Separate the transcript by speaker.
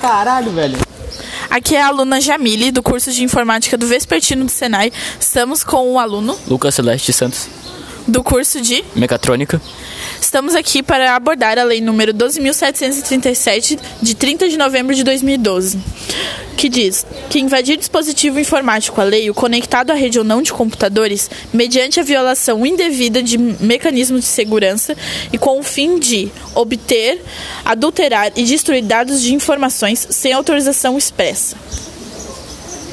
Speaker 1: Caralho, velho.
Speaker 2: Aqui é a aluna Jamile, do curso de informática do Vespertino do Senai. Estamos com um aluno
Speaker 3: Lucas Celeste Santos,
Speaker 2: do curso de.
Speaker 3: mecatrônica.
Speaker 2: Estamos aqui para abordar a lei número 12.737, de 30 de novembro de 2012, que diz que invadir dispositivo informático alheio conectado à rede ou não de computadores, mediante a violação indevida de mecanismos de segurança e com o fim de obter, adulterar e destruir dados de informações sem autorização expressa.